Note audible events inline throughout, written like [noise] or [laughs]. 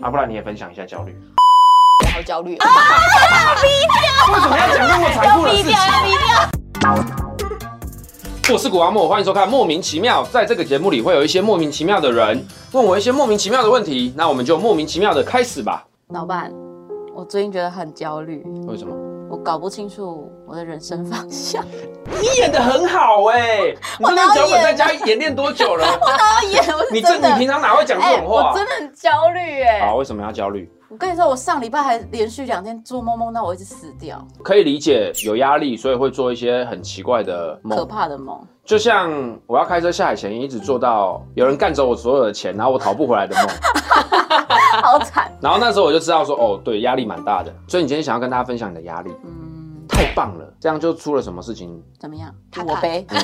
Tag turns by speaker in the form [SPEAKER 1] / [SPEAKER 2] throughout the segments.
[SPEAKER 1] 啊，不然你也分享一下焦虑。
[SPEAKER 2] 我好焦虑哦。 [laughs]
[SPEAKER 1] 为什么要
[SPEAKER 2] 哎
[SPEAKER 1] 讲那么残酷的事情？我是古阿莫，欢迎收看《莫名其妙》。在这个节目里，会有一些莫名其妙的人问我一些莫名其妙的问题，那我们就莫名其妙的开始吧。
[SPEAKER 2] 老板，我最近觉得很焦虑，
[SPEAKER 1] 为什么？
[SPEAKER 2] 我搞不清楚我的人生方
[SPEAKER 1] [laughs]
[SPEAKER 2] 向。
[SPEAKER 1] 你演的很好哎、你
[SPEAKER 2] [laughs]
[SPEAKER 1] 这
[SPEAKER 2] 我哪
[SPEAKER 1] 边
[SPEAKER 2] 有
[SPEAKER 1] 脚本
[SPEAKER 2] 演
[SPEAKER 1] 在家演练多
[SPEAKER 2] [laughs]
[SPEAKER 1] 久了？
[SPEAKER 2] 导演，我是
[SPEAKER 1] 你这
[SPEAKER 2] 真
[SPEAKER 1] 你
[SPEAKER 2] 的哎
[SPEAKER 1] 平，常哪会讲这种话
[SPEAKER 2] 我？真的很焦虑哎、
[SPEAKER 1] 好，为什么要焦虑？
[SPEAKER 2] 我跟你说，我上礼拜还连续两天做梦，梦到我一直死掉，
[SPEAKER 1] 可以理解有压力，所以会做一些很奇怪的
[SPEAKER 2] 可
[SPEAKER 1] 梦。
[SPEAKER 2] 怕的梦。
[SPEAKER 1] 就像我要开车下海前，一直做到有人干走我所有的钱，然后我逃不回来的梦。
[SPEAKER 2] 好
[SPEAKER 1] [laughs]
[SPEAKER 2] 惨。
[SPEAKER 1] 然后那时候我就知道说，哦，对，压力蛮大的。所以你今天想要跟大家分享你的压力，
[SPEAKER 2] 嗯，
[SPEAKER 1] 太棒了！这样就出了什么事情？
[SPEAKER 2] 怎么样？
[SPEAKER 3] 卡卡
[SPEAKER 2] 我呗。 [laughs]
[SPEAKER 1] [laughs]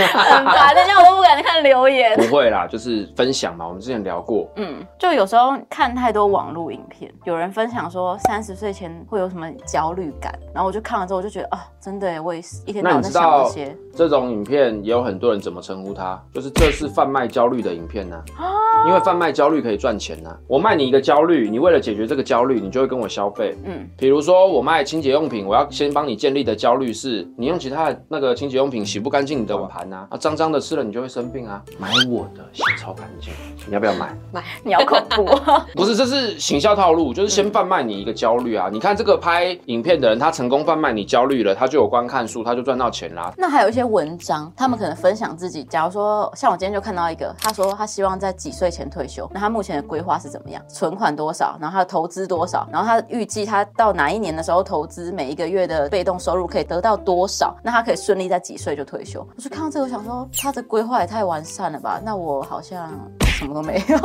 [SPEAKER 3] 很烦，等一下我都不敢看留言。
[SPEAKER 1] 不会啦，就是分享嘛。我们之前聊过，
[SPEAKER 3] 嗯，就有时候看太多网络影片，有人分享说三十岁前会有什么焦虑感，然后我就看了之后，我就觉得啊，真的耶，我也是一天到
[SPEAKER 1] 那
[SPEAKER 3] 晚
[SPEAKER 1] 你
[SPEAKER 3] 在
[SPEAKER 1] 知
[SPEAKER 3] 想这
[SPEAKER 1] 道
[SPEAKER 3] 些
[SPEAKER 1] 这种影片也有很多人怎么称呼它？就是这是贩卖焦虑的影片呐、因为贩卖焦虑可以赚钱呐、我卖你一个焦虑，你为了解决这个焦虑，你就会跟我消费。
[SPEAKER 3] 嗯，
[SPEAKER 1] 比如说我卖清洁用品，我要先帮你建立的焦虑是，你用其他的那个清洁用品洗不干净你的碗盘呐、啊，脏脏的吃了你就会生病啊。买我的洗超干净，你要不要买？
[SPEAKER 3] [laughs] 你好恐怖、哦
[SPEAKER 1] 不是，这是行销套路，就是先贩卖你一个焦虑啊。你看这个拍影片的人，他成功贩卖你焦虑了，他就有观看数，他就赚到钱啦。
[SPEAKER 2] 那还有一些文章，他们可能分享自己，假如说像我今天就看到一个，他说他希望在几岁前退休，那他目前的规划是怎么样？存款多少？然后他的投资多少？然后他预计他到哪一年的时候投资每一个月的被动收入可以得到多少？那他可以顺利在几岁就退休？我就看到这个，我想说他的规划也太完善了吧？那我好像什么都没有。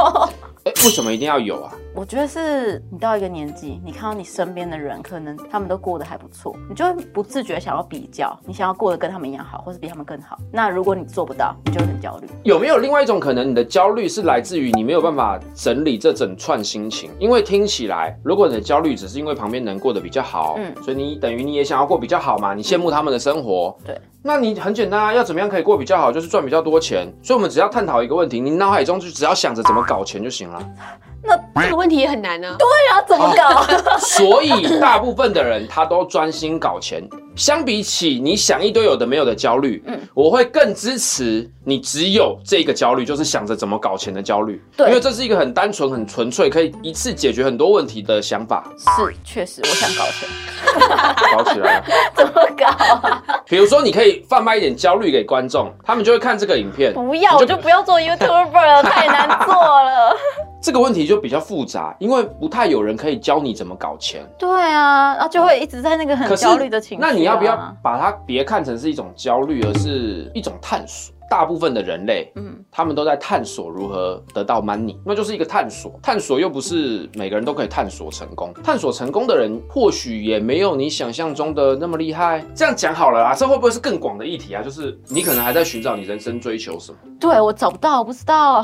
[SPEAKER 1] 哎，为什么一定要有啊？
[SPEAKER 3] 我觉得是你到一个年纪，你看到你身边的人，可能他们都过得还不错，你就会不自觉想要比较，你想要过得跟他们一样好，或是比他们更好。那如果你做不到，你就会很焦虑。
[SPEAKER 1] 有没有另外一种可能，你的焦虑是来自于你没有办法整理这整串心情？因为听起来，如果你的焦虑只是因为旁边人过得比较好，嗯
[SPEAKER 3] 嗯，
[SPEAKER 1] 所以你等于你也想要过比较好嘛，你羡慕他们的生活，
[SPEAKER 3] 对。
[SPEAKER 1] 那你很简单啊，要怎么样可以过比较好，就是赚比较多钱。所以我们只要探讨一个问题，你脑海中就只要想着怎么搞钱就行了。
[SPEAKER 4] 这个问题也很难啊。
[SPEAKER 3] 那怎么搞？
[SPEAKER 1] 所以大部分的人他都专心搞钱。相比起你想一堆有的没有的焦虑，嗯，我会更支持你只有这个焦虑，就是想着怎么搞钱的焦虑。
[SPEAKER 3] 对
[SPEAKER 1] 因为这是一个很单纯、很纯粹，可以一次解决很多问题的想法。
[SPEAKER 3] 是，确实，我想搞钱，
[SPEAKER 1] 搞起来了，
[SPEAKER 3] 怎么搞？
[SPEAKER 1] 比如说你可以贩卖一点焦虑给观众，他们就会看这个影片。
[SPEAKER 3] 不要，我就不要做 YouTuber 了，太难做了。
[SPEAKER 1] 这个问题就比较复杂，因为不太有人可以教你怎么搞钱。
[SPEAKER 3] 对啊，然后就会一直在那个
[SPEAKER 1] 可
[SPEAKER 3] 很
[SPEAKER 1] 是
[SPEAKER 3] 焦虑的情绪啊、
[SPEAKER 1] 那你要不要把它别看成是一种焦虑，而是一种探索？大部分的人类，嗯
[SPEAKER 3] 嗯，
[SPEAKER 1] 他们都在探索如何得到 money，那就是一个探索。探索又不是每个人都可以探索成功，探索成功的人或许也没有你想象中的那么厉害。这样讲好了啦，这会不会是更广的议题啊？就是你可能还在寻找你人生追求什么？
[SPEAKER 3] 对我找不到，我不知道。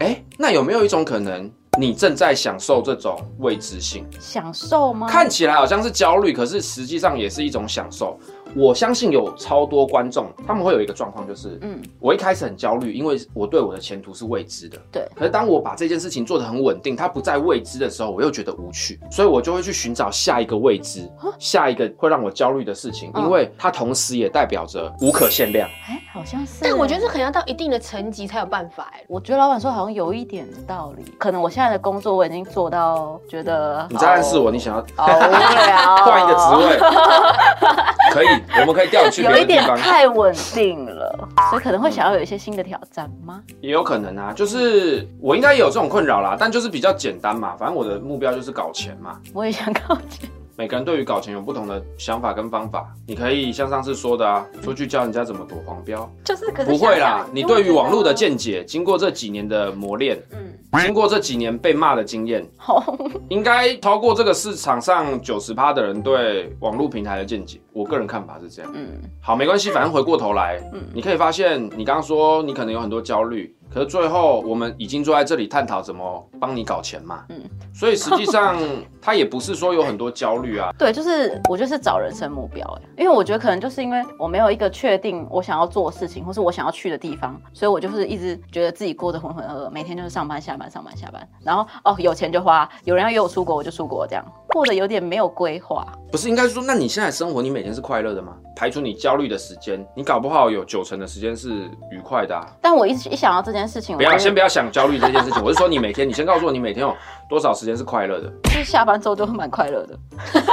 [SPEAKER 1] 哎、那有没有一种可能，你正在享受这种未知性？
[SPEAKER 3] 享受吗？
[SPEAKER 1] 看起来好像是焦虑，可是实际上也是一种享受。我相信有超多观众，他们会有一个状况，就是，嗯
[SPEAKER 3] 嗯，
[SPEAKER 1] 我一开始很焦虑，因为我对我的前途是未知的。
[SPEAKER 3] 对。
[SPEAKER 1] 可是当我把这件事情做得很稳定，它不在未知的时候，我又觉得无趣，所以我就会去寻找下一个未知，下一个会让我焦虑的事情，因为它同时也代表着无可限量。
[SPEAKER 3] 哎、好像是。
[SPEAKER 4] 但我觉得这可能要到一定的层级才有办法哎、
[SPEAKER 3] 我觉得老板说好像有一点道理，可能我现在的工作我已经做到觉得
[SPEAKER 1] 你在暗示我，你想要
[SPEAKER 3] 好无聊，
[SPEAKER 1] [laughs] 换一个职位， [laughs] 可以，我们可以调你去别
[SPEAKER 3] 有一
[SPEAKER 1] 的地
[SPEAKER 3] 点
[SPEAKER 1] 方。
[SPEAKER 3] 太稳定了，所以可能会想要有一些新的挑战吗？
[SPEAKER 1] 也有可能啊，就是我应该也有这种困扰啦，但就是比较简单嘛。反正我的目标就是搞钱嘛。
[SPEAKER 3] 我也想搞钱，
[SPEAKER 1] 每个人对于搞钱有不同的想法跟方法，你可以像上次说的啊，出去教人家怎么躲黄标。
[SPEAKER 4] 就是可是
[SPEAKER 1] 不会啦
[SPEAKER 4] 想，想
[SPEAKER 1] 你对于网络的，
[SPEAKER 4] 因为
[SPEAKER 1] 见解，经过这几年的磨练，
[SPEAKER 4] 我觉得嗯，
[SPEAKER 1] 经过这几年被骂的经验，
[SPEAKER 3] 好
[SPEAKER 1] 应该超过这个市场上九十趴的人对网络平台的见解。我个人看法是这样。
[SPEAKER 3] 嗯，
[SPEAKER 1] 好，没关系，反正回过头来，你可以发现，你刚刚说你可能有很多焦虑，可是最后我们已经坐在这里探讨怎么帮你搞钱嘛，嗯
[SPEAKER 2] 嗯，
[SPEAKER 1] 所以实际上他也不是说有很多焦虑啊，
[SPEAKER 2] 对，就是我就是找人生目标哎，因为我觉得可能就是因为我没有一个确定我想要做的事情，或是我想要去的地方，所以我就是一直觉得自己过得浑浑噩噩，每天就是上班下班上班下班，然后哦有钱就花，有人要约我出国我就出国，这样过得有点没有规划。
[SPEAKER 1] 不是应该说，那你现在生活你每天是快乐的吗？排除你焦虑的时间，你搞不好有九成的时间是愉快的、啊。
[SPEAKER 2] 但我一一想到这件事情，我
[SPEAKER 1] 不要
[SPEAKER 3] 哦
[SPEAKER 2] 就
[SPEAKER 1] 先
[SPEAKER 2] 是
[SPEAKER 1] 不要想焦虑这件事情，我是说你每天，你先告诉我你每天有多少时间是快乐的。
[SPEAKER 2] 就是下班之后就会蛮快乐的。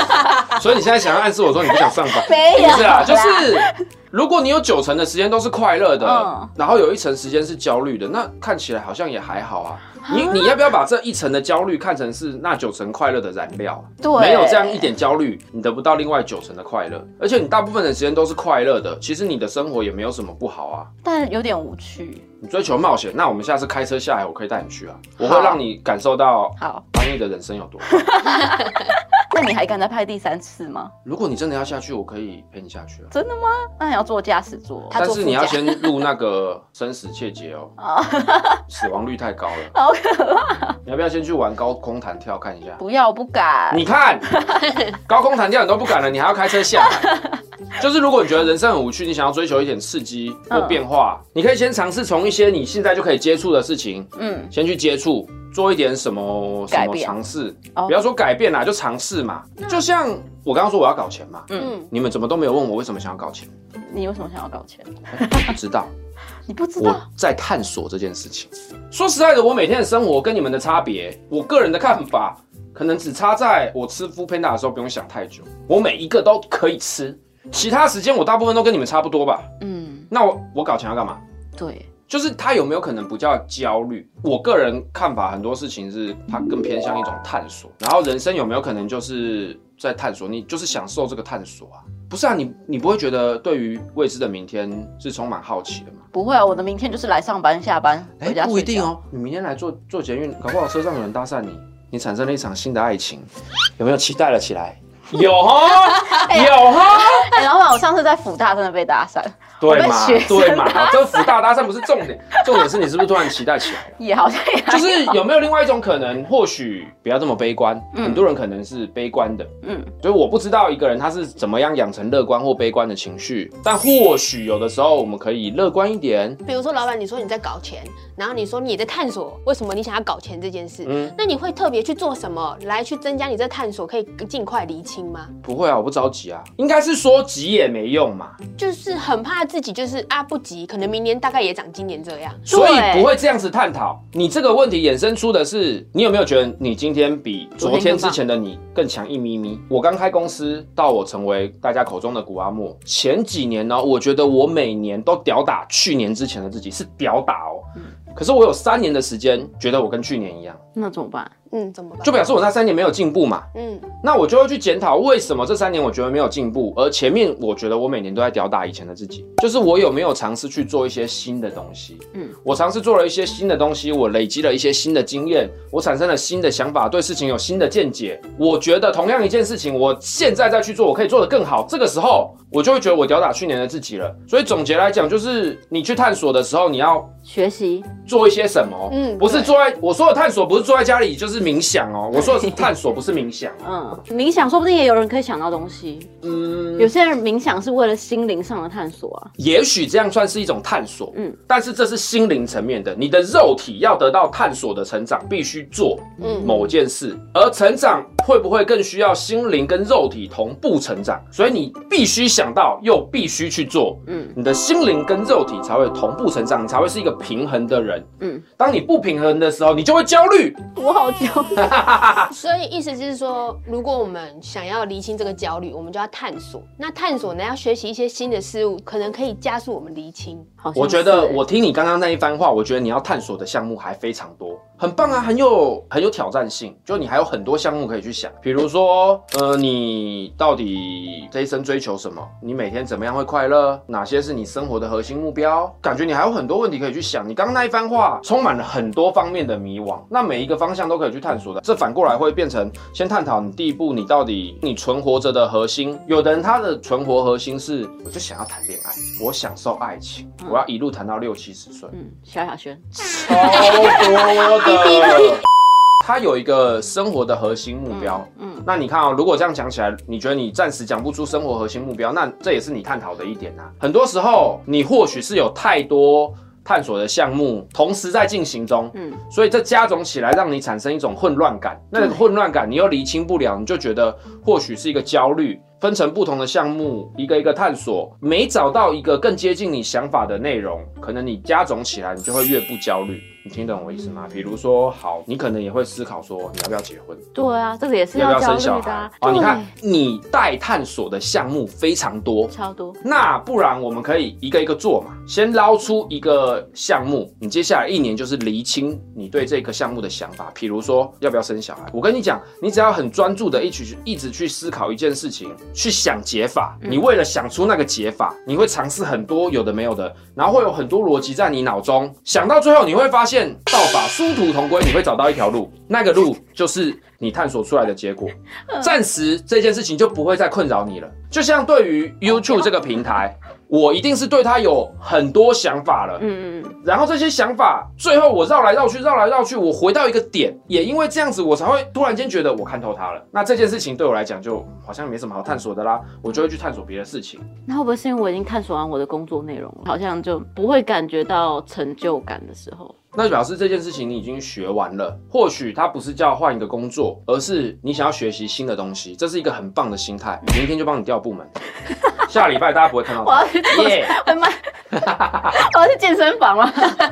[SPEAKER 1] [laughs] 所以你现在想要暗示我说你不想上
[SPEAKER 2] [laughs]
[SPEAKER 1] 班？
[SPEAKER 2] 没有
[SPEAKER 1] 不是啦，就是如果你有九成的时间都是快乐的，
[SPEAKER 2] 嗯
[SPEAKER 1] 然后有一成时间是焦虑的，那看起来好像也还好啊。你你要不要把这一层的焦虑看成是那九成快乐的燃料？
[SPEAKER 2] 对
[SPEAKER 1] 没有这样一点焦虑，你得不到另外九成的快乐，而且你大部分的时间都是快乐的，其实你的生活也没有什么不好啊。
[SPEAKER 2] 但有点无趣。
[SPEAKER 1] 你追求冒险，那我们下次开车下来，我可以带你去啊，我会
[SPEAKER 2] 好
[SPEAKER 1] 让你感受到
[SPEAKER 2] 好，
[SPEAKER 1] 翻译的人生有多棒。
[SPEAKER 2] 那你还敢再拍第三次吗？
[SPEAKER 1] 如果你真的要下去，我可以陪你下去啊。
[SPEAKER 2] 真的吗？那你要坐驾驶座
[SPEAKER 4] 他
[SPEAKER 1] 但
[SPEAKER 4] 坐
[SPEAKER 1] 是
[SPEAKER 4] 副
[SPEAKER 1] 你要
[SPEAKER 4] 驾
[SPEAKER 1] 先录那个 [laughs] 生死切结哦，
[SPEAKER 2] 啊， [laughs]
[SPEAKER 1] 死亡率太高了，
[SPEAKER 2] 好可怕！
[SPEAKER 1] 你要不要先去玩高空弹跳看一下？
[SPEAKER 2] 不要，我不敢。
[SPEAKER 1] 你看，高空弹跳你都不敢了，你还要开车下来。
[SPEAKER 2] [laughs]
[SPEAKER 1] 就是如果你觉得人生很无趣，你想要追求一点刺激或
[SPEAKER 2] 嗯
[SPEAKER 1] 变化，你可以先尝试从一些你现在就可以接触的事情，
[SPEAKER 2] 嗯，
[SPEAKER 1] 先去接触，做一点什么什
[SPEAKER 2] 改
[SPEAKER 1] 么
[SPEAKER 2] 变
[SPEAKER 1] 尝试，
[SPEAKER 2] 哦嗯
[SPEAKER 1] 不要说改变啦，就尝试嘛。就像我刚刚说我要搞钱嘛，
[SPEAKER 4] 嗯，
[SPEAKER 1] 你们怎么都没有问我为什么想要
[SPEAKER 2] [laughs]
[SPEAKER 1] 搞钱？
[SPEAKER 2] 你为什么想要搞钱？
[SPEAKER 1] 不知道。
[SPEAKER 2] 你不知
[SPEAKER 1] 我
[SPEAKER 2] 道？
[SPEAKER 1] 在探索这件事情。说实在的，我每天的生活跟你们的差别，我个人的看法，可能只差在我吃 f o o Panda 的时候不用想太久，我每一个都可以吃，其他时间我大部分都跟你们差不多吧。
[SPEAKER 2] 嗯，
[SPEAKER 1] 那我我搞钱要干嘛？
[SPEAKER 2] 对，
[SPEAKER 1] 就是他有没有可能不叫焦虑？我个人看法，很多事情是它更偏向一种探索。然后人生有没有可能就是在探索？你就是享受这个探索啊？不是啊，你你不会觉得对于未知的明天是充满好奇的吗？
[SPEAKER 2] 不会啊，我的明天就是来上班、下班、
[SPEAKER 1] 哎
[SPEAKER 2] 回家、，
[SPEAKER 1] 不一定。哦。你明天来做做捷运，搞不好车上有人搭讪你，你产生了一场新的爱情，有没有期待了起来？ [laughs] 有哦，
[SPEAKER 2] [laughs]
[SPEAKER 1] 有哦，
[SPEAKER 2] 哎、老板，我上次在福大真的被搭讪， [laughs]
[SPEAKER 1] 对嘛
[SPEAKER 2] 我被学，生
[SPEAKER 1] 对嘛，哦这福大搭讪不是重
[SPEAKER 2] [laughs]
[SPEAKER 1] 点，重点是你是不是突然期待起来了？
[SPEAKER 2] 也好像也
[SPEAKER 1] 就是有没有另外一种可能？或许不要这么悲观，很多人可能是悲观的，
[SPEAKER 2] 嗯，
[SPEAKER 1] 所以我不知道一个人他是怎么样养成乐观或悲观的情绪，但或许有的时候我们可以乐观一点，
[SPEAKER 4] 比如说老板，你说你在搞钱，然后你说你也在探索为什么你想要搞钱这件事，
[SPEAKER 1] 嗯
[SPEAKER 4] 那你会特别去做什么来去增加你这探索，可以尽快厘清吗？
[SPEAKER 1] 不会啊，我不着急啊，应该是说急也没用嘛，
[SPEAKER 4] 就是很怕自己就是啊不急，可能明年大概也长今年这样。
[SPEAKER 1] 所以不会这样子探讨。你这个问题衍生出的是，你有没有觉得你今天比昨天之前的你更强一咪咪？我刚开公司到我成为大家口中的古阿莫，前几年呢，我觉得我每年都屌打去年之前的自己，是屌打哦。可是我有三年的时间，觉得我跟去年一样，
[SPEAKER 2] 那怎么办？
[SPEAKER 4] 嗯，怎么办？
[SPEAKER 1] 就表示我那三年没有进步嘛。
[SPEAKER 4] 嗯，
[SPEAKER 1] 那我就会去检讨为什么这三年我觉得没有进步，而前面我觉得我每年都在吊打以前的自己，就是我有没有尝试去做一些新的东西？嗯
[SPEAKER 2] 嗯，
[SPEAKER 1] 我尝试做了一些新的东西，我累积了一些新的经验，我产生了新的想法，对事情有新的见解。我觉得同样一件事情，我现在再去做，我可以做得更好。这个时候我就会觉得我吊打去年的自己了。所以总结来讲，就是你去探索的时候，你要
[SPEAKER 2] 学习
[SPEAKER 1] 做一些什么？嗯，
[SPEAKER 4] 嗯
[SPEAKER 1] 不是坐在我说的探索，不是坐在家里就是冥想哦。我说的是探索，不是冥想。
[SPEAKER 2] 嗯，冥想说不定也有人可以想到东西。
[SPEAKER 1] 嗯，
[SPEAKER 2] 有些人冥想是为了心灵上的探索啊。
[SPEAKER 1] 也许这样算是一种探索，嗯
[SPEAKER 2] 嗯，
[SPEAKER 1] 但是这是心灵层面的，你的肉体要得到探索的成长，必须做
[SPEAKER 4] 嗯
[SPEAKER 1] 某件事，而成长会不会更需要心灵跟肉体同步成长？所以你必须想到，又必须去做，嗯
[SPEAKER 2] 嗯，
[SPEAKER 1] 你的心灵跟肉体才会同步成长，你才会是一个平衡的人，嗯
[SPEAKER 2] 嗯，
[SPEAKER 1] 当你不平衡的时候，你就会焦虑，
[SPEAKER 2] 我好久，
[SPEAKER 4] 所以意思就是说，如果我们想要厘清这个焦虑，我们就要探索。那探索呢，要学习一些新的事物，可能可以加速我们厘清。
[SPEAKER 2] 好像是
[SPEAKER 1] 我觉得
[SPEAKER 2] 欸
[SPEAKER 1] 我听你刚刚那一番话，我觉得你要探索的项目还非常多，很棒啊，很有很有挑战性，就你还有很多项目可以去想，比如说，呃，你到底这一生追求什么？你每天怎么样会快乐？哪些是你生活的核心目标？感觉你还有很多问题可以去想。你刚刚那一番话充满了很多方面的迷惘，那每一个方向都可以去探索的。这反过来会变成先探讨你第一步，你到底你存活着的核心。有的人他的存活核心是，我就想要谈恋爱，我享受爱情，我要一路谈到六七十岁。
[SPEAKER 2] 嗯，萧亚轩，
[SPEAKER 1] 超哦多的。 [laughs] 他有一个生活的核心目标，嗯，那你看啊、如果这样讲起来，你觉得你暂时讲不出生活核心目标，那这也是你探讨的一点啊。很多时候，你或许是有太多探索的项目同时在进行中，嗯
[SPEAKER 2] 嗯，
[SPEAKER 1] 所以这加总起来，让你产生一种混乱感。那个混乱感，你又厘清不了，你就觉得或许是一个焦虑。分成不同的项目，一个一个探索，每找到一个更接近你想法的内容，可能你加总起来，你就会越不焦虑。你听懂我意思吗？比如说，好，你可能也会思考说，你要不要结婚，
[SPEAKER 3] 对啊，这个也是
[SPEAKER 1] 要不要
[SPEAKER 3] 焦
[SPEAKER 1] 生
[SPEAKER 3] 虑
[SPEAKER 1] 小
[SPEAKER 3] 的
[SPEAKER 1] 孩
[SPEAKER 3] 啊，
[SPEAKER 1] 你看
[SPEAKER 3] 对，
[SPEAKER 1] 你待探索的项目非常多，
[SPEAKER 3] 超多。
[SPEAKER 1] 那不然我们可以一个一个做嘛，先捞出一个项目，你接下来一年就是厘清你对这个项目的想法，比如说要不要生小孩。我跟你讲，你只要很专注的一起去一直去思考一件事情，去想解法。你为了想出那个解法，你会尝试很多有的没有的，然后会有很多逻辑在你脑中，想到最后你会发现道法殊途同归，你会找到一条路，那个路就是你探索出来的结果。
[SPEAKER 3] [laughs]
[SPEAKER 1] 暂时这件事情就不会再困扰你了。就像对于 YouTube 这个平台，我一定是对它有很多想法了，
[SPEAKER 3] 嗯嗯嗯，
[SPEAKER 1] 然后这些想法最后我绕来绕去，绕来绕去，我回到一个点，也因为这样子，我才会突然间觉得我看透它了。那这件事情对我来讲就好像没什么好探索的啦，我就会去探索别的事情。
[SPEAKER 3] 那会不会是因为我已经探索完我的工作内容了，好像就不会感觉到成就感的时候？
[SPEAKER 1] 那就表示这件事情你已经学完了，或许它不是叫换一个工作，而是你想要学习新的东西，这是一个很棒的心态。明天就帮你调
[SPEAKER 3] [laughs]
[SPEAKER 1] 部门，下礼拜大家不会看到
[SPEAKER 3] 我
[SPEAKER 1] 它
[SPEAKER 3] 要去，
[SPEAKER 1] 耶
[SPEAKER 3] 哎妈， [laughs] 我要去健身房了。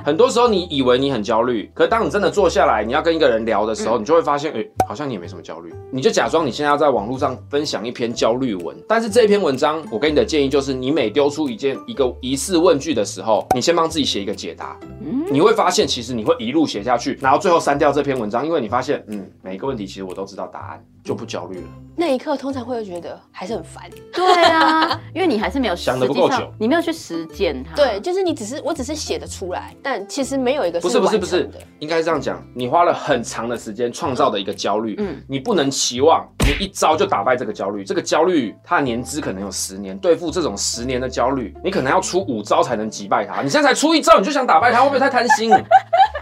[SPEAKER 1] 很多时候你以为你很焦虑，可当你真的坐下来，你要跟一个人聊的时候，你就会发现，诶，好像你也没什么焦虑，你就假装你现在要在网络上分享一篇焦虑文。但是这篇文章，我给你的建议就是，你每丢出一件一个疑似问句的时候，你先帮自己写一个解答，
[SPEAKER 3] 嗯
[SPEAKER 1] 你会发现其实你会一路写下去，然后最后删掉这篇文章，因为你发现，嗯，每一个问题其实我都知道答案，就不焦虑了。
[SPEAKER 4] 那一刻通常会觉得还是很烦。
[SPEAKER 3] 对啊，因为你还是没有
[SPEAKER 1] 想
[SPEAKER 3] 实
[SPEAKER 1] 得
[SPEAKER 3] 际
[SPEAKER 1] 不够
[SPEAKER 3] 上
[SPEAKER 1] 久
[SPEAKER 3] 你没有去实践它。
[SPEAKER 4] 对，，就是你只是我只是写得出来，但其实没有一个
[SPEAKER 1] 不是不是
[SPEAKER 4] 完
[SPEAKER 1] 不是
[SPEAKER 4] 整的，
[SPEAKER 1] 应该这样讲，你花了很长的时间创造的一个焦虑，嗯
[SPEAKER 3] 嗯，
[SPEAKER 1] 你不能期望你一招就打败这个焦虑，这个焦虑它的年资可能有十年，对付这种十年的焦虑，你可能要出五招才能击败它，你现在才出一招你就想打败它，会不会太贪心？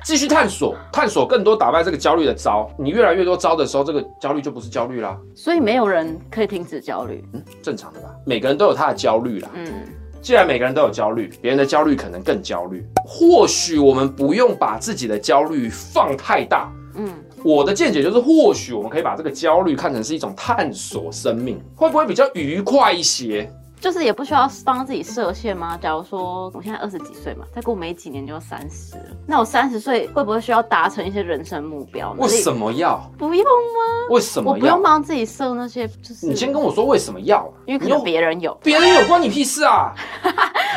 [SPEAKER 1] 继续探索，探索更多打败这个焦虑的招，你越来越多招的时候，这个焦虑就不是焦虑啦，
[SPEAKER 3] 所以没有人可以停止焦虑。
[SPEAKER 1] 正常的吧？每个人都有他的焦虑啦，
[SPEAKER 3] 嗯，
[SPEAKER 1] 既然每个人都有焦虑，别人的焦虑可能更焦虑。或许我们不用把自己的焦虑放太大。嗯
[SPEAKER 3] 嗯，
[SPEAKER 1] 我的见解就是，或许我们可以把这个焦虑看成是一种探索生命，会不会比较愉快一些？
[SPEAKER 3] 就是也不需要帮自己设限吗？假如说我现在二十几岁嘛，再过没几年就三十了，那我三十岁会不会需要达成一些人生目标呢？
[SPEAKER 1] 为什么要？
[SPEAKER 3] 不用吗？
[SPEAKER 1] 为什么
[SPEAKER 3] 我不用
[SPEAKER 1] 要？
[SPEAKER 3] 帮自己设那些，就是
[SPEAKER 1] 你先跟我说为什么要啊？
[SPEAKER 3] 因为可
[SPEAKER 1] 你
[SPEAKER 3] 能
[SPEAKER 1] 又
[SPEAKER 3] 别人有，
[SPEAKER 1] 别人有关你屁事啊！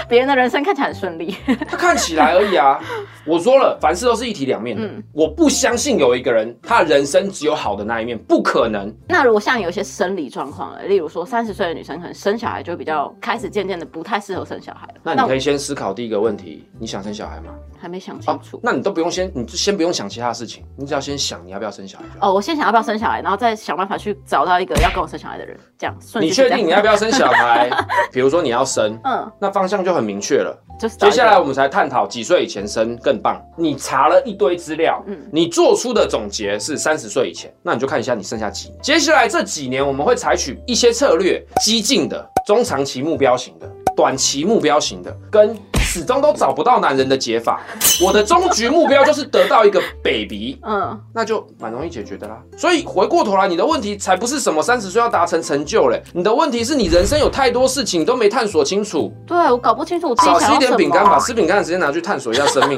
[SPEAKER 3] 别人的人生看起来很顺利。 [laughs]
[SPEAKER 1] 他看起来而已啊。我说了，凡事都是一体两面的。
[SPEAKER 3] 嗯
[SPEAKER 1] 我不相信有一个人他的人生只有好的那一面，不可能。
[SPEAKER 3] 那如果像有一些生理状况了，例如说三十岁的女生可能生小孩就比较开始渐渐的不太适合生小孩了，
[SPEAKER 1] 那你可
[SPEAKER 3] 以
[SPEAKER 1] 以先思考第一个问题：你想生小孩吗？
[SPEAKER 3] 还没想清
[SPEAKER 1] 哦
[SPEAKER 3] 楚，。
[SPEAKER 1] 那你都不用先，你就先不用想其他的事情，你只要先想你要不要生小孩就好。
[SPEAKER 3] 哦，我先想要不要生小孩，然后再想办法去找到一个要跟我生小孩的人，这样顺
[SPEAKER 1] 你
[SPEAKER 3] 序是这
[SPEAKER 1] 确
[SPEAKER 3] 样。
[SPEAKER 1] 定你要不要生小孩？
[SPEAKER 3] [laughs]
[SPEAKER 1] 比如说你要生，
[SPEAKER 3] 嗯，
[SPEAKER 1] 那方向就很明确了。
[SPEAKER 3] 就是
[SPEAKER 1] 接
[SPEAKER 3] 找一个
[SPEAKER 1] 下来我们才探讨几岁以前生更棒。你查了一堆资料，
[SPEAKER 3] 嗯
[SPEAKER 1] 你做出的总结是三十岁以前，那你就看一下你剩下几年。接下来这几年我们会采取一些策略，激进的、中长期目标型的、短期目标型的，跟始终都找不到男人的解法。我的终局目标就是得到一个 baby，
[SPEAKER 3] 嗯，
[SPEAKER 1] 那就蛮容易解决的啦。所以回过头来，你的问题才不是什么三十岁要达成成就嘞，你的问题是你人生有太多事情都没探索清楚，
[SPEAKER 3] 对我搞不清楚我自己
[SPEAKER 1] 少
[SPEAKER 3] 哎
[SPEAKER 1] 吃
[SPEAKER 3] 想
[SPEAKER 1] 一
[SPEAKER 3] 要什
[SPEAKER 1] 点
[SPEAKER 3] 么。
[SPEAKER 1] 饼干，把吃饼干的时间拿去探索一
[SPEAKER 3] [laughs]
[SPEAKER 1] 下生命。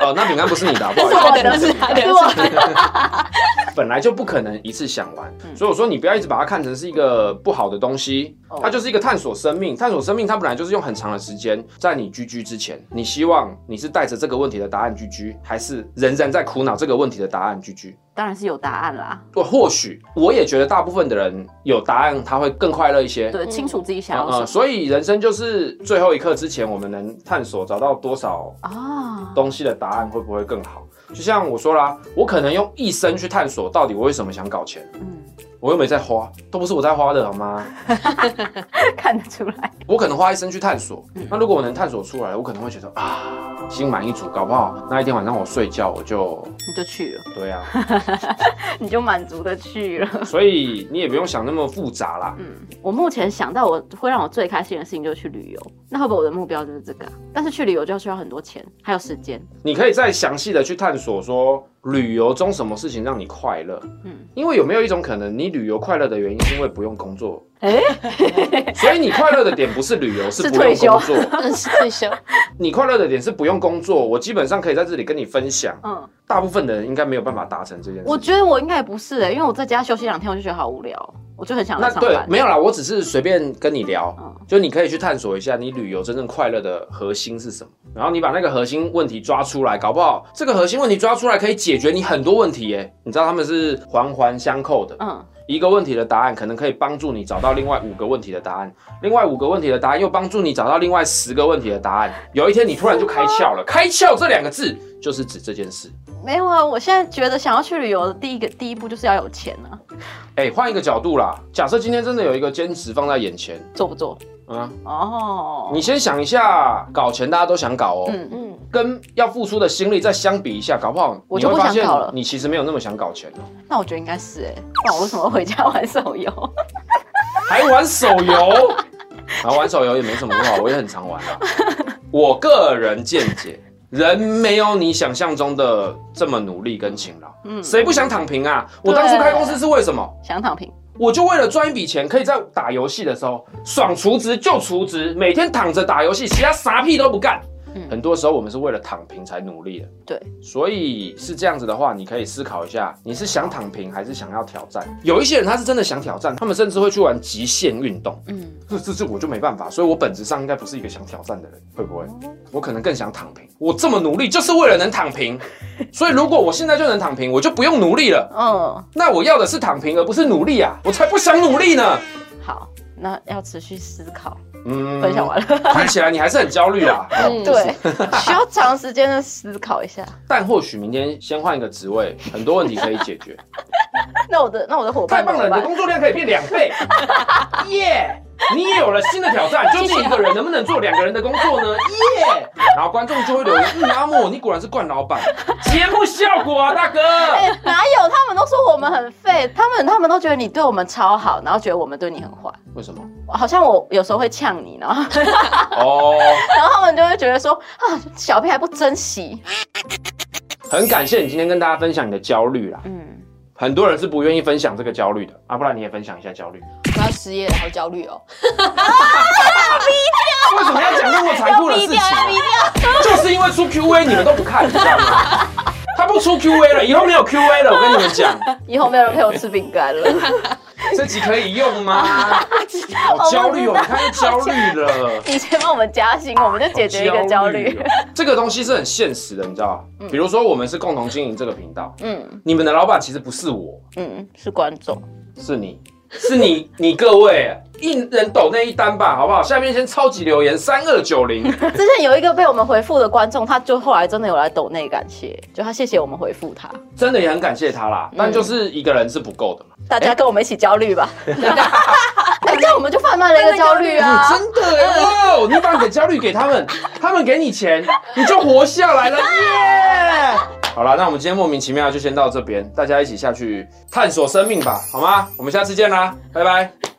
[SPEAKER 1] 哦，那饼干不是你的啊，不好意
[SPEAKER 4] 我
[SPEAKER 1] 思。
[SPEAKER 4] 的，是他的，是我的。
[SPEAKER 1] 本来就不可能一次想完，
[SPEAKER 3] 嗯
[SPEAKER 1] 所以我说你不要一直把它看成是一个不好的东西，
[SPEAKER 3] 哦
[SPEAKER 1] 它就是一个探索生命。探索生命，它本来就是用很长的时间，在你居居之前，你希望你是带着这个问题的答案居居，还是仍然在苦恼这个问题的答案居居？
[SPEAKER 3] 当然是有答案啦。
[SPEAKER 1] 我或许我也觉得大部分的人有答案，他会更快乐一些。
[SPEAKER 3] 对，清楚自己想要
[SPEAKER 1] 嗯，
[SPEAKER 3] 什么
[SPEAKER 1] 所以人生就是最后一刻之前，我们能探索找到多少
[SPEAKER 3] 啊。
[SPEAKER 1] 东西的答案会不会更好？就像我说啦，我可能用一生去探索到底我为什么想搞钱，
[SPEAKER 3] 嗯，
[SPEAKER 1] 我又没在花，都不是我在花的好吗？
[SPEAKER 3] 看得出来。
[SPEAKER 1] 我可能花一生去探索，
[SPEAKER 3] 嗯
[SPEAKER 1] 那如果我能探索出来，我可能会觉得啊，心满意足，搞不好那一天晚上我睡觉我就
[SPEAKER 3] 你就去了，
[SPEAKER 1] 对
[SPEAKER 3] [laughs]
[SPEAKER 1] 啊，
[SPEAKER 3] 你就满足的去了。
[SPEAKER 1] 所以你也不用想那么复杂啦。
[SPEAKER 3] 嗯，我目前想到我会让我最开心的事情就是去旅游，那会不会我的目标就是这个啊、但是去旅游就要需要很多钱，还有时间。
[SPEAKER 1] 你可以再详细的去探索说旅游中什么事情让你快乐，
[SPEAKER 3] 嗯，
[SPEAKER 1] 因为有没有一种可能，你旅游快乐的原因是因为不用工作，
[SPEAKER 3] 哎
[SPEAKER 1] 所以你快乐的点不是旅游，是
[SPEAKER 3] [laughs] 是
[SPEAKER 1] 不用
[SPEAKER 3] 退休
[SPEAKER 1] 工作。
[SPEAKER 4] 嗯，是退 [laughs] 休，
[SPEAKER 1] 你快乐的点是不用工作，我基本上可以在这里跟你分享。
[SPEAKER 3] 嗯，
[SPEAKER 1] 大部分的人应该没有办法达成这件事。
[SPEAKER 3] 我觉得我应该也不是哎、因为我在家休息两天，我就觉得好无聊，我就很想
[SPEAKER 1] 那
[SPEAKER 3] 来上
[SPEAKER 1] 对
[SPEAKER 3] 班。
[SPEAKER 1] 没有啦，我只是随便跟你聊，
[SPEAKER 3] 嗯
[SPEAKER 1] 就你可以去探索一下你旅游真正快乐的核心是什么，然后你把那个核心问题抓出来，搞不好这个核心问题抓出来可以解决你很多问题耶。你知道他们是环环相扣的，
[SPEAKER 3] 嗯，
[SPEAKER 1] 一个问题的答案可能可以帮助你找到另外五个问题的答案，另外五个问题的答案又帮助你找到另外十个问题的答案。有一天你突然就开窍了，开窍这两个字就是指这件事。
[SPEAKER 3] 没有啊，我现在觉得想要去旅游的第一个第一步就是要有钱啊，
[SPEAKER 1] 哎，换一个角度啦，假设今天真的有一个兼职放在眼前，
[SPEAKER 3] 做不做？
[SPEAKER 1] 啊，
[SPEAKER 3] 哦，
[SPEAKER 1] 你先想一下，搞钱大家都想搞哦，
[SPEAKER 3] 嗯，
[SPEAKER 4] 嗯，
[SPEAKER 1] 跟要付出的心力再相比一下，搞不好
[SPEAKER 3] 我
[SPEAKER 1] 你
[SPEAKER 3] 就
[SPEAKER 1] 会
[SPEAKER 3] 不
[SPEAKER 1] 发
[SPEAKER 3] 想
[SPEAKER 1] 现
[SPEAKER 3] 搞了
[SPEAKER 1] 你其实没有那么想搞钱哦，
[SPEAKER 3] 那我觉得应该是哎、不然我为什么回家玩手游？ [laughs]
[SPEAKER 1] 还玩手游，啊，玩手游也没什么不好，我也很常玩啊。我个人见解，人没有你想象中的这么努力跟勤劳，嗯，谁不想躺平啊？我当初开公司是为什么？
[SPEAKER 3] 想躺平，
[SPEAKER 1] 我就为了赚一笔钱，可以在打游戏的时候爽除职就除职，每天躺着打游戏，其他啥屁都不干。很多时候我们是为了躺平才努力的，
[SPEAKER 3] 对，
[SPEAKER 1] 所以是这样子的话，你可以思考一下，你是想躺平还是想要挑战？有一些人他是真的想挑战，他们甚至会去玩极限运动。嗯，这这这我就没办法，所以我本质上应该不是一个想挑战的人，会不会？我可能更想躺平。我这么努力就是为了能躺平，所以如果我现在就能躺平，我就不用努力了。
[SPEAKER 3] 嗯，
[SPEAKER 1] 那我要的是躺平，而不是努力啊！我才不想努力呢。
[SPEAKER 3] 好，那要持续思考。
[SPEAKER 1] 嗯
[SPEAKER 3] 分享完了，
[SPEAKER 1] 看起来你还是很焦虑啊。
[SPEAKER 3] [laughs]
[SPEAKER 4] 嗯
[SPEAKER 3] 对，需要长时间的思考一下。
[SPEAKER 1] 但或许明天先换一个职位，很多问题可以解决。
[SPEAKER 3] [laughs] 那我 [laughs] 的那我的伙
[SPEAKER 1] 太
[SPEAKER 3] 伴
[SPEAKER 1] 棒了，
[SPEAKER 3] 怎么
[SPEAKER 1] 你的
[SPEAKER 3] 办？
[SPEAKER 1] 工作量可以变两倍， [laughs] 耶！你也有了新的挑战，究竟一个人能不能做两个人的工作呢？耶！然后观众就会留言：嗯，阿莫，你果然是惯老板，节目效果啊，
[SPEAKER 3] [laughs]
[SPEAKER 1] 大哥。
[SPEAKER 3] 哎、哪有？他们都说我们很废，他们他们都觉得你对我们超好，然后觉得我们对你很坏。
[SPEAKER 1] 为什么？
[SPEAKER 3] 好像我有时候会呛你，然后 [laughs]
[SPEAKER 1] 哦，
[SPEAKER 3] 然后他们就会觉得说啊，小屁还不珍惜。
[SPEAKER 1] 很感谢你今天跟大家分享你的焦虑啦。
[SPEAKER 3] 嗯，
[SPEAKER 1] 很多人是不愿意分享这个焦虑的啊，不然你也分享一下焦虑。
[SPEAKER 4] 我要失业了，好焦虑哦。
[SPEAKER 1] 为什么要讲那么残酷的事情啊、
[SPEAKER 4] 要逼
[SPEAKER 1] 就是因为出 Q&A 你们都不看，你知道
[SPEAKER 3] [laughs]
[SPEAKER 1] 吗？他不出 Q&A 了，以后没有 Q&A 了，我跟你们讲，
[SPEAKER 3] 以后没有人陪我吃饼干了。 [laughs]
[SPEAKER 1] 这集可以用吗？好焦虑哦，你看就焦虑了。
[SPEAKER 3] 你先帮我们加薪，我们就解决一个焦虑。
[SPEAKER 1] 哦，这个东西是很现实的，你知道吗？比如说我们是共同经营这个频道，
[SPEAKER 3] 嗯
[SPEAKER 1] 你们的老板其实不是我，
[SPEAKER 3] 嗯，是观众。
[SPEAKER 1] 是你，是你，你各位一人抖那一单吧，好不好？下面先超级留言三二九零，
[SPEAKER 3] [laughs] 之前有一个被我们回复的观众，他就后来真的有来抖内感谢，就他谢谢我们回复他。
[SPEAKER 1] 真的也很感谢他啦，但就是一个人是不够的嘛。
[SPEAKER 3] 大家跟我们一起焦虑 [laughs] 吧。哎，这样我们就贩卖了一个焦虑啊！
[SPEAKER 1] 真的耶 [laughs] 哇哦！你把你的焦虑给他 [laughs] 们，他们给你钱，你就活下来了耶！好了，那我们今天莫名其妙就先到这边，大家一起下去探索生命吧，好吗？我们下次见啦，拜拜。